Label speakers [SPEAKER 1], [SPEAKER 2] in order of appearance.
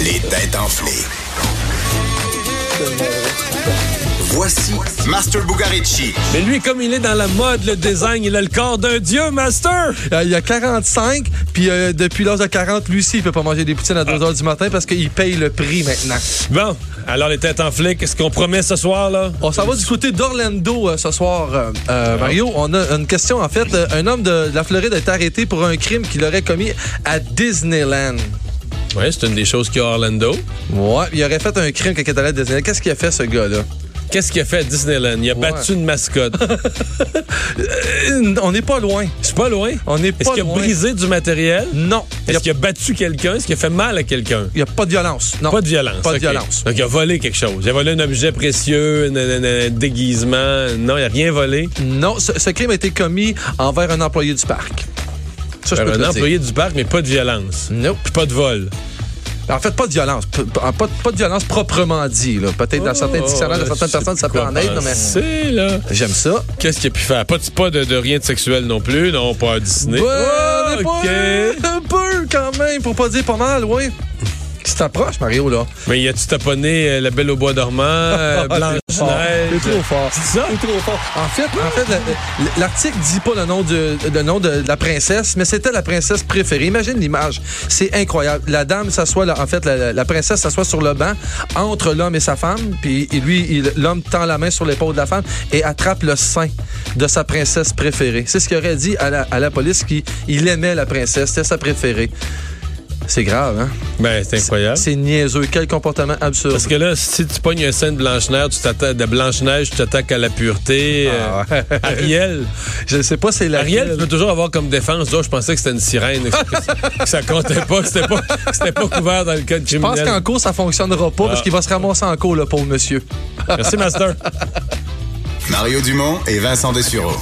[SPEAKER 1] Les têtes enflées. Voici Master Bugarici.
[SPEAKER 2] Mais lui, comme il est dans la mode, le design, il a le corps d'un dieu, Master!
[SPEAKER 3] Euh, il y a 45, puis euh, depuis l'âge de 40, lui aussi, il peut pas manger des poutines à 2 h du matin parce qu'il paye le prix maintenant.
[SPEAKER 2] Bon, alors les têtes enflées, qu'est-ce qu'on promet ce soir, là?
[SPEAKER 3] On s'en va du côté d'Orlando euh, ce soir, euh, euh, Mario. On a une question. En fait, Euh, un homme de la Floride a été arrêté pour un crime qu'il aurait commis à Disneyland.
[SPEAKER 2] Oui, c'est une des choses qu'il y a à Orlando.
[SPEAKER 3] Ouais, il aurait fait un crime quand il est allé à Disneyland. Qu'est-ce qu'il a fait, ce gars-là?
[SPEAKER 2] Qu'est-ce qu'il a fait à Disneyland? Il a
[SPEAKER 3] Ouais.
[SPEAKER 2] battu une mascotte.
[SPEAKER 3] Euh, On n'est pas loin.
[SPEAKER 2] c'est pas loin.
[SPEAKER 3] On n'est
[SPEAKER 2] Est-ce
[SPEAKER 3] pas
[SPEAKER 2] qu'il a
[SPEAKER 3] loin.
[SPEAKER 2] brisé du matériel?
[SPEAKER 3] Non. Il n'y
[SPEAKER 2] Est-ce
[SPEAKER 3] a,
[SPEAKER 2] qu'il a battu quelqu'un? Est-ce qu'il a fait mal à quelqu'un?
[SPEAKER 3] il y a pas de violence. Non.
[SPEAKER 2] Pas de violence.
[SPEAKER 3] Pas de
[SPEAKER 2] ok.
[SPEAKER 3] violence.
[SPEAKER 2] Donc, il a volé quelque chose. Il a volé un objet précieux, un- un un déguisement. Non, il a rien volé.
[SPEAKER 3] Non, ce, ce crime a été commis envers un employé du parc. Ça, je peux te le
[SPEAKER 2] Un
[SPEAKER 3] dire. Hum.
[SPEAKER 2] employé du parc, mais pas de violence.
[SPEAKER 3] Nope.
[SPEAKER 2] Puis pas de vol.
[SPEAKER 3] En fait, pas de violence. P- p- Pas, pas de violence proprement dit. là. Peut-être dans certains
[SPEAKER 2] Oh,
[SPEAKER 3] dictionnaires de certaines personnes, ça peut en être. non, mais
[SPEAKER 2] C'est là.
[SPEAKER 3] J'aime ça.
[SPEAKER 2] Qu'est-ce qu'il a pu faire? Pas, de, pas de, de rien de sexuel non plus, non, pas à Disney.
[SPEAKER 3] Ouais,
[SPEAKER 2] Ah,
[SPEAKER 3] mais pas hein?
[SPEAKER 2] ok.
[SPEAKER 3] un peu quand même, pour pas dire pas mal, oui. Tu t'approches, Mario, là.
[SPEAKER 2] Mais y a-tu taponné euh, La Belle au Bois dormant, euh, Blanche-Neige?
[SPEAKER 3] C'est trop Ah, fort.
[SPEAKER 2] C'est ça?
[SPEAKER 3] C'est trop fort. En fait, en fait le- l'article dit pas le nom, de, le nom de, de la princesse, mais c'était la princesse préférée. Imagine l'image. C'est incroyable. La dame s'assoit, là- en fait, la, la- la princesse s'assoit sur le banc entre l'homme et sa femme. Puis il- lui, il- l'homme tend la main sur l'épaule de la femme et attrape le sein de sa princesse préférée. C'est ce qu'il aurait dit à la, à la police qu'il il aimait la princesse. C'était sa préférée. C'est grave, hein?
[SPEAKER 2] Ben, c'est incroyable.
[SPEAKER 3] C'est niaiseux. Quel comportement absurde.
[SPEAKER 2] Parce que là, si tu pognes un scène de Blanche-Neige, tu t'attaques de Blanche-Neige, tu t'attaques à la pureté. euh,
[SPEAKER 3] Ah ouais.
[SPEAKER 2] Ariel.
[SPEAKER 3] Je ne sais pas, c'est la
[SPEAKER 2] Ariel, tu peux toujours avoir comme défense. Oh, je pensais que c'était une sirène. que, que ça comptait pas, que c'était pas, que c'était pas couvert dans le code
[SPEAKER 3] Je
[SPEAKER 2] criminel.
[SPEAKER 3] pense qu'en cours, ça fonctionnera pas parce qu'il va se ramasser en cours, le pauvre monsieur.
[SPEAKER 2] Merci, Master.
[SPEAKER 1] Mario Dumont et Vincent Dessureau.